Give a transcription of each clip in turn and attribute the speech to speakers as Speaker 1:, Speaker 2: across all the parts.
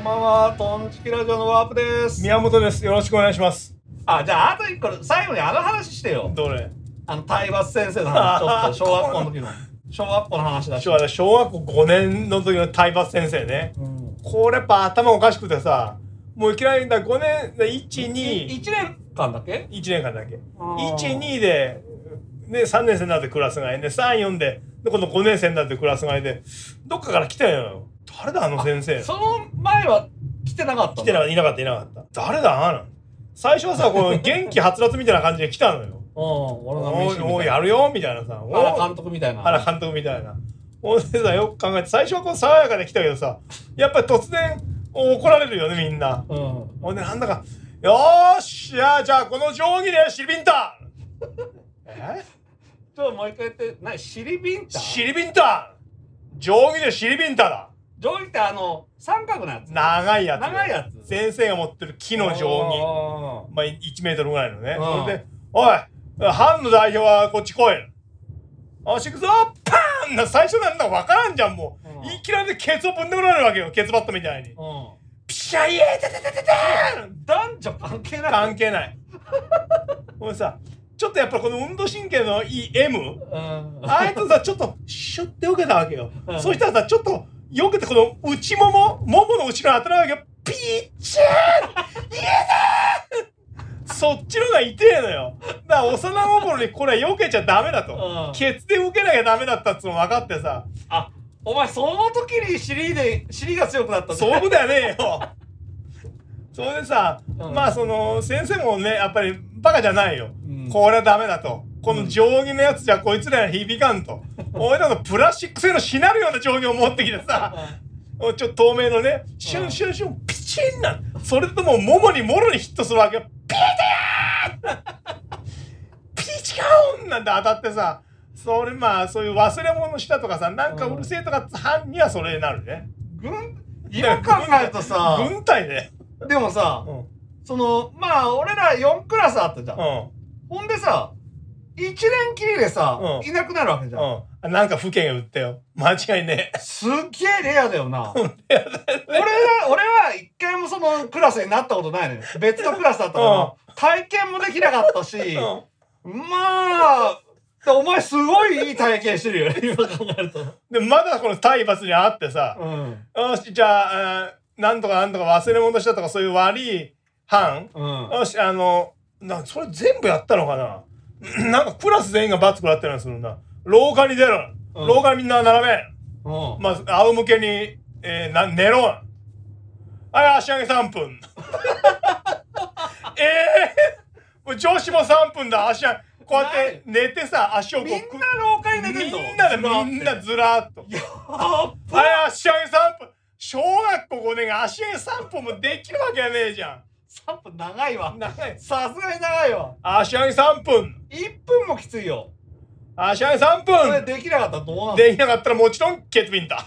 Speaker 1: んばんは、トンチキラジオのワープです。
Speaker 2: 宮本です。よろしくお願いします。
Speaker 1: あ、じゃあ、あと一個、最後にあの話してよ。
Speaker 2: どれ
Speaker 1: あの、体罰先生の話、 ちょっと、小学校の時の、小学校の話だし
Speaker 2: 私。はね小学校5年の時の体罰先生ね。
Speaker 1: うん
Speaker 2: これやっぱ頭おかしくてさ、もういきなりだ5年、で1、
Speaker 1: い
Speaker 2: 2、
Speaker 1: 一年間だっけ
Speaker 2: 1年間だけ。
Speaker 1: あー
Speaker 2: 1、2で、ね、3年生になってクラス替えで、3、4で、で、今度5年生になってクラス替えで、どっかから来たよ。誰だあの先生。
Speaker 1: その前は来てなかったの
Speaker 2: 来てなかった、いなかった、いなかった。誰だなん最初はさ、この元気はつらつみたいな感じで来たの
Speaker 1: う
Speaker 2: よ。
Speaker 1: ん、俺の名
Speaker 2: おい
Speaker 1: 刺みたいな
Speaker 2: おい、やるよみたいなさ。おい
Speaker 1: 原監督みたいな。
Speaker 2: 原監督みたいな。大瀬さんよく考えて、最初はこう爽やかで来たけどさ、やっぱり突然怒られるよね、みんな。
Speaker 1: うん。
Speaker 2: ほんで、なんだか、よーっしゃ、じゃあこの定規でシリビンタンえ
Speaker 1: ちょっともう一回言って、なに、シリビンタ
Speaker 2: シリビンタン定規でシリビンタンだ
Speaker 1: 定規ってあの、三角のやつ。
Speaker 2: 長いやつ。
Speaker 1: 長いやつ
Speaker 2: 先生が持ってる木の定規。
Speaker 1: 規。
Speaker 2: まあ、1メートルぐらいのね。
Speaker 1: うん
Speaker 2: それで、おい、班の代表はこっち来い。おし行くぞパーンな最初なんだ分からんじゃん、も
Speaker 1: うん
Speaker 2: う。いきなりでケツをぶんでこられるわけよ、ケツバットみたいに。
Speaker 1: うん。
Speaker 2: ピシャイエーてててててん
Speaker 1: 男女関係ない。
Speaker 2: 関係ない。もうさ、ちょっとやっぱこの運動神経のいい M、
Speaker 1: うん。
Speaker 2: あいつさ、ちょっとシュッて受けたわけよ
Speaker 1: う。ん
Speaker 2: そしたらさ、ちょっとよけてこの内もも、ももの後ろに当たるわけよ。ピーチーンイエーそっちのが痛えのよ。だから幼心にこれ避けちゃダメだ
Speaker 1: うん
Speaker 2: と。ケツで受けなきゃダメだったっつうの分かってさ、
Speaker 1: あ、お前その時に尻で、尻が強くなったんだ
Speaker 2: そういうことやねえよ。それでさ、
Speaker 1: うん
Speaker 2: まあその先生もねやっぱりバカじゃないよ、
Speaker 1: うん
Speaker 2: これはダメだとこの定規のやつじゃこいつらには響かんと、俺らのプラスチック製のしなるような定規を持ってきてさちょっと透明のねシュンシュンシュンピチンなんそれともももにもろにヒットするわけよピーティーンピチカーンなんて当たってさそれまあそういう忘れ物したとかさなんかうるせえとかって犯にはそれになるね
Speaker 1: 軍今考えるとさ、
Speaker 2: 軍隊で、
Speaker 1: でもさ
Speaker 2: う、ん
Speaker 1: その、まあ、俺ら4クラスあったじゃん。
Speaker 2: うん
Speaker 1: ほんでさ、1年きりでさ、
Speaker 2: うん
Speaker 1: いなくなるわけじゃん。
Speaker 2: うん。なんか不景が売ったよ。 間違いねえ。
Speaker 1: すっげえ レアだよな。俺は、俺は一回もそのクラスになったことないのよ。別のクラスだったから、体験もできなかったし、まあ、でお前すごいいい体験してるよね、今考えると。
Speaker 2: で、まだこの体罰にあってさ、
Speaker 1: うん。
Speaker 2: よし、じゃあ、あーなんとかなんとか忘れ物したとかそういう悪い犯。
Speaker 1: うん。
Speaker 2: よし、あの、な、それ全部やったのかな なんかクラス全員が罰食らってるのするんだ。廊下に出ろ。
Speaker 1: うん
Speaker 2: 廊下にみんな並べ。
Speaker 1: うん。
Speaker 2: まあ、仰向けに、えーな、寝ろ。はい、足上げ3分。 ええー、もう女子も3分だ、足上げ。こうやって寝てさ、足をこう
Speaker 1: みんな
Speaker 2: く
Speaker 1: 廊下に寝てんぞ。
Speaker 2: みんなでみんなずらーっと。
Speaker 1: やっば
Speaker 2: はい、足上げ3分。小学校5年が足上げ3分もできるわけやねえじゃ
Speaker 1: 3分長いわ
Speaker 2: ん。。長い。
Speaker 1: さすがに長いわ。
Speaker 2: 足上げ3分。
Speaker 1: 1分もきついよ。
Speaker 2: 足上げ3
Speaker 1: これ
Speaker 2: 分。
Speaker 1: できなかったらどうなの
Speaker 2: できなかったらもちろんケツビ ンタ。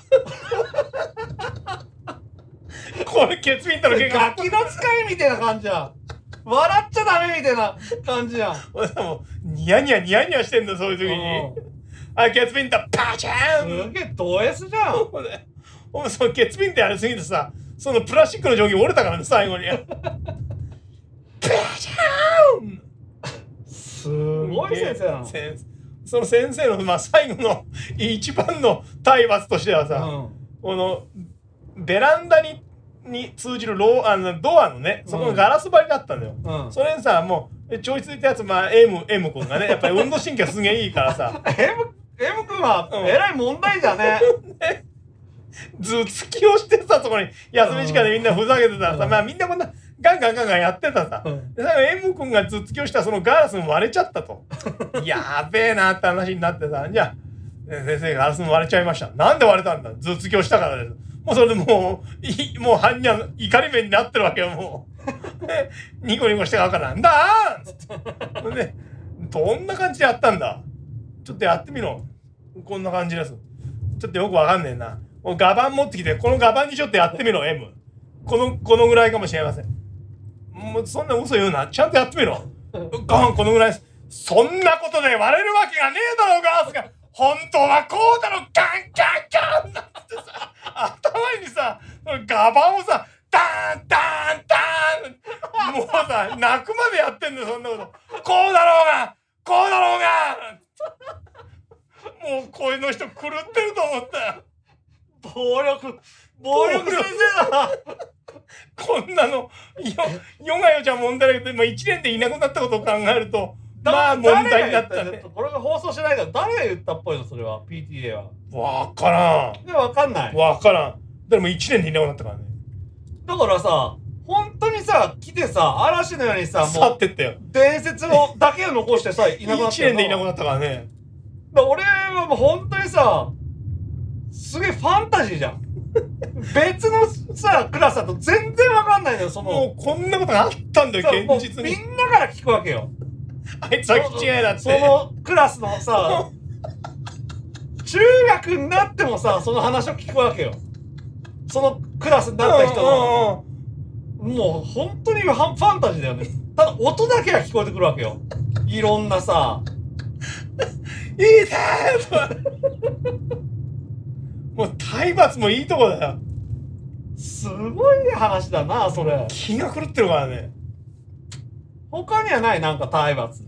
Speaker 2: これケツビンタの結果
Speaker 1: ガ。キの使いみたいな感じじゃん。笑っちゃダメみたいな感じじゃん。
Speaker 2: 俺らもうニヤニヤニヤニヤしてんだよそういう時に
Speaker 1: う
Speaker 2: あケツビンタパチャ
Speaker 1: ん
Speaker 2: ー
Speaker 1: す
Speaker 2: ン
Speaker 1: げえド S じゃん。
Speaker 2: ほんでお前そのケツビンタやりすぎてさそのプラスチックの定規折れたからね最後にパチャーン
Speaker 1: すごい先生なの。
Speaker 2: 先その先生の、まあ、最後の一番の体罰としてはさ、このベランダにに通じるローあのドアのねそこのガラス張りだったのよ、
Speaker 1: うん。うん。
Speaker 2: それにさもうちょいついたやつ、まあ、M, M 君がねやっぱり運動神経すげえいいからさ
Speaker 1: M、M 君は
Speaker 2: うん
Speaker 1: えらい問題だね。
Speaker 2: 頭突きをしてさそこに休み時間でみんなふざけてたらさ、
Speaker 1: うん
Speaker 2: まあみんなこんなガンガンガンガンやってたさ、
Speaker 1: うん
Speaker 2: で最後 M 君が頭突きをしたらそのガラスも割れちゃったとやべえなって話になってさじゃあね先生ガラスも割れちゃいましたなんで割れたんだ頭突きをしたからですもうそれでもういもう犯人は怒り目になってるわけよもうでニコニコして顔からなんだーっつってほんでどんな感じでやったんだちょっとやってみろこんな感じですちょっとよくわかんねえな。もうガバン持ってきて、このガバンにちょっとやってみろ、M。この、このぐらいかもしれません。もうそんな嘘言うな。ちゃんとやってみろ。ガン、このぐらいです。そんなことで割れるわけがねえだろうが、ガースが。本当はこうだろ、ガンガンガンなんてさ、頭にさ、ガバンをさ、ダーンダーンダーンもうさ、泣くまでやってんだよ、そんなこと。こうだろうがこうだろうがもう声の人狂ってると思ったよ。
Speaker 1: 暴力、暴力先生だ
Speaker 2: こんなの、よ、ヨガヨちゃん問題だけど、まあ一年でいなくなったことを考えると、
Speaker 1: だ
Speaker 2: まあ問題になっ
Speaker 1: 誰が
Speaker 2: た
Speaker 1: 言
Speaker 2: ね
Speaker 1: ん。だよこれが放送しないから誰が言ったっぽいのそれは PTA は
Speaker 2: わから
Speaker 1: でわかんない
Speaker 2: ん。わからん。でも一年でいなくなったからね。
Speaker 1: だからさ本当にさ来てさ嵐のようにさ
Speaker 2: 去
Speaker 1: も
Speaker 2: っ
Speaker 1: う
Speaker 2: てったよ。
Speaker 1: 伝説のだけを残してさいなくなっ
Speaker 2: 一
Speaker 1: たよ
Speaker 2: 年でいなくなったからね。
Speaker 1: だから俺はもう本当にさすげえファンタジーじ ゃん別のさクラスだと全然わかんないのよその
Speaker 2: もうこんなことがあったんだ
Speaker 1: さ
Speaker 2: よ、
Speaker 1: もう
Speaker 2: 現実
Speaker 1: み
Speaker 2: に。
Speaker 1: んなから聞くわけよ
Speaker 2: あいつは気違いだって。
Speaker 1: そのクラスの さ中学になってもさその話を聞くわけよそのクラスになった人の
Speaker 2: の。
Speaker 1: もう本当にファンファンタジーだよねただ音だけが聞こえてくるわけよいろんなさ
Speaker 2: いいねーと もう体罰もいいとこだよ。
Speaker 1: すごい話だなそれ
Speaker 2: 気が狂ってるからね。
Speaker 1: 他にはないなんか体罰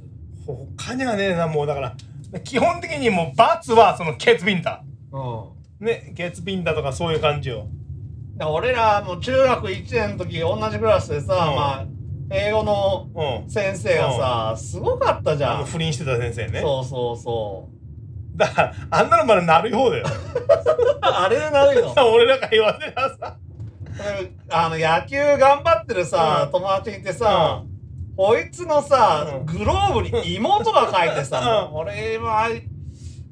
Speaker 2: 他にはねえな、もうだから、基本的にもう罰はそのケツビンタ。
Speaker 1: うん
Speaker 2: ね、ケツビンタとかそういう感じよ。
Speaker 1: だから俺らもう中学1年の時同じクラスでさ、
Speaker 2: うん
Speaker 1: まあ英語の
Speaker 2: うん。
Speaker 1: 先生がさ、すごかったじ
Speaker 2: あ
Speaker 1: ゃん、
Speaker 2: の不倫してた先生ね。
Speaker 1: そうそうそう
Speaker 2: だから、あんなのまだなる方だよ。
Speaker 1: あれでなるの。
Speaker 2: 俺らが言わせたさ。
Speaker 1: あの野球頑張ってるさ、
Speaker 2: うん
Speaker 1: 友達いてさ、こいつのさ、
Speaker 2: うん
Speaker 1: グローブに妹が書いてさ、
Speaker 2: う
Speaker 1: 俺今、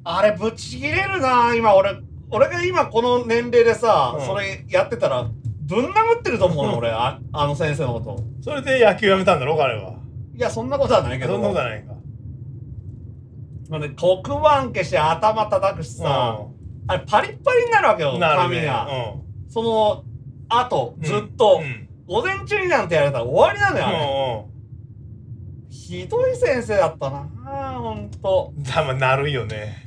Speaker 1: あれぶち切れるな、今俺、俺が今この年齢でさ、
Speaker 2: うん
Speaker 1: それやってたら、ぶん殴ってると思うの、俺、ああの先生のこと。
Speaker 2: それで野球やめたんだろ、彼は。
Speaker 1: いや、そんなことはないけど。
Speaker 2: そんなことはないか。
Speaker 1: まあね黒板消して頭叩くしさ、あれパリッパリになるわけ
Speaker 2: う
Speaker 1: よ、
Speaker 2: ん、なる
Speaker 1: 髪
Speaker 2: ね。
Speaker 1: が。
Speaker 2: うん
Speaker 1: その、後、ずっと。
Speaker 2: うんうん
Speaker 1: 午前中になんてやられたら終わりなのよあれ、
Speaker 2: うんうん
Speaker 1: ひどい先生だったなほんと
Speaker 2: だまあなるよね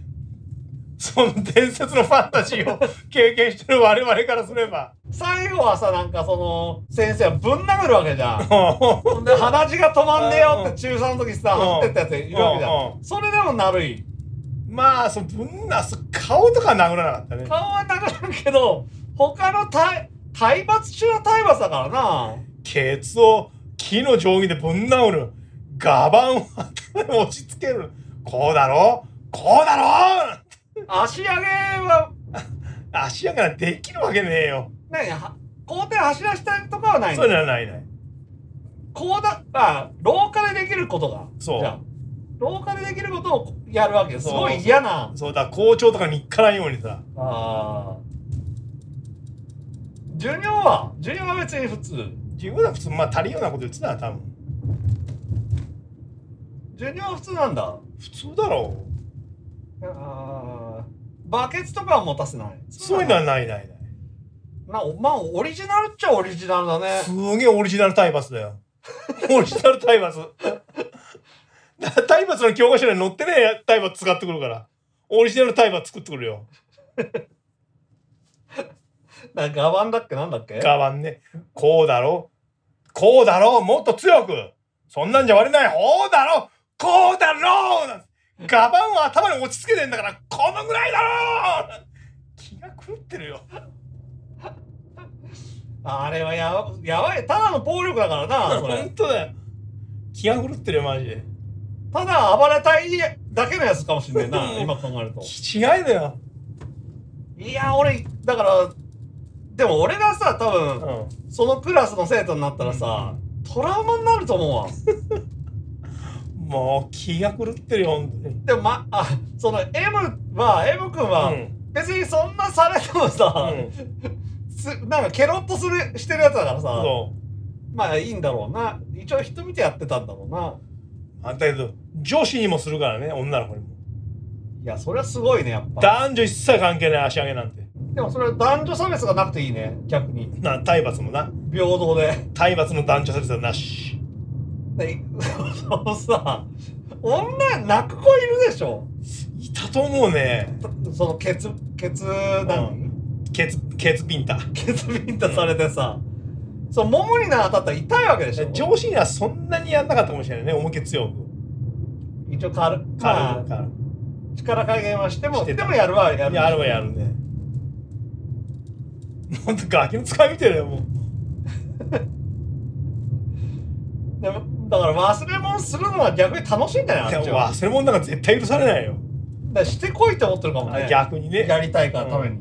Speaker 2: その伝説のファンタジ ーを経験してる我々からすれば
Speaker 1: 最後はさなんかその先生はぶん殴るわけじ ゃん
Speaker 2: う
Speaker 1: ほんで鼻血が止まんねえよって中3の時さ
Speaker 2: うん
Speaker 1: 走ってったやついるわけじ
Speaker 2: うん
Speaker 1: ゃ
Speaker 2: うん
Speaker 1: それでもなるい
Speaker 2: んまあそぶんなそ顔とか殴らなかったね
Speaker 1: 顔はなくなるけど他の体体罰中の体罰だからな
Speaker 2: ケツを木の定規でぶん殴るガバンを頭に押し付けるこうだろこうだろ
Speaker 1: 足上げは
Speaker 2: 足やからできるわけねえよ
Speaker 1: 何は校庭走らしたりとかはない
Speaker 2: そういう
Speaker 1: の
Speaker 2: のはないない
Speaker 1: こうだあ廊下でできることが
Speaker 2: そう
Speaker 1: じゃあ廊下でできることをやるわけですごい嫌な
Speaker 2: そうだ校長とかに行かないようにさ
Speaker 1: ああ。授業は授業は別に普通。
Speaker 2: 自分は普通まあ足りようなこと言ってたら多分
Speaker 1: 授業は普通なんだ。
Speaker 2: 普通だろう
Speaker 1: ああ。バケツとかは持たせない。
Speaker 2: そういうのはないないない
Speaker 1: な、おまあ、オリジナルっちゃオリジナルだ ね。
Speaker 2: すげえオリジナル体罰だよ。 オリジナル体罰。 だ体罰の教科書に載ってねえ体罰使ってくるから。オリジナル体罰作ってくるよ。
Speaker 1: な、ガバンだっけなんだっけ
Speaker 2: ガバンね。こうだろこうだろもっと強くそんなんじゃ割れないほうだろこうだろなんてガバンを頭に落ち着けてんだから、このぐらいだろ気が狂ってるよ。
Speaker 1: あれはやばやばい。ただの暴力だからな、 それ
Speaker 2: 本。当だよ。気が狂ってるよ、マジで。
Speaker 1: ただ暴れたいだけのやつかもしれ ないな、今考えると。
Speaker 2: 気違いだよ。
Speaker 1: いや、俺、だから、でも俺がさ、多分、
Speaker 2: うん。
Speaker 1: そのクラスの生徒になったらさ、トラウマになると思うわ。
Speaker 2: もう気が狂ってるよ、本当に。
Speaker 1: でも、ま、あ、その M は、M 君は、
Speaker 2: うん
Speaker 1: 別にそんなされてもさ、すなんかケロッとする、してるやつだからさ、
Speaker 2: そう。
Speaker 1: まあいいんだろうな。一応人見てやってたんだろうな。
Speaker 2: あんたけど、女子にもするからね、女の子にも。
Speaker 1: いや、それはすごいね、やっぱ。
Speaker 2: 男女一切関係ない足上げなんて。
Speaker 1: でもそれは男女差別がなくていいね、逆に。
Speaker 2: な、体罰もな。
Speaker 1: 平等で。
Speaker 2: 体罰の男女差別はなし。
Speaker 1: でそのさ、女、泣く子いるでしょ。
Speaker 2: いたと思うね。
Speaker 1: そのケツ、ケツ、
Speaker 2: う
Speaker 1: 何
Speaker 2: ケツ、ケツピンタ。
Speaker 1: ケツビンタされてさ、そう、ももにな当たったら痛いわけでしょ。
Speaker 2: 上司にはそんなにやんなかったかもしれないね。重き強く。
Speaker 1: 一応軽く、ま
Speaker 2: 軽
Speaker 1: あ
Speaker 2: い、から。
Speaker 1: 力加減はしても、
Speaker 2: して
Speaker 1: で
Speaker 2: た
Speaker 1: もやるはやる。
Speaker 2: やるはやるね。ほんとガキの使いみたいだよ、もう。
Speaker 1: でもだから忘れ物するのは逆に楽しいんだよ、
Speaker 2: で
Speaker 1: あっ
Speaker 2: も
Speaker 1: ちは。
Speaker 2: 忘れ物なんか絶対許されないよ。
Speaker 1: だからしてこいって思ってるかもね。
Speaker 2: 逆にね。
Speaker 1: やりたいからために。い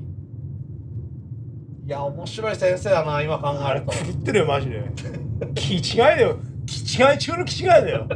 Speaker 1: や、面白い先生だな、今考
Speaker 2: あ
Speaker 1: え
Speaker 2: れ
Speaker 1: ると。
Speaker 2: 狂ってるよ、マジで。気違いだよ。気違い中の気違いだよ。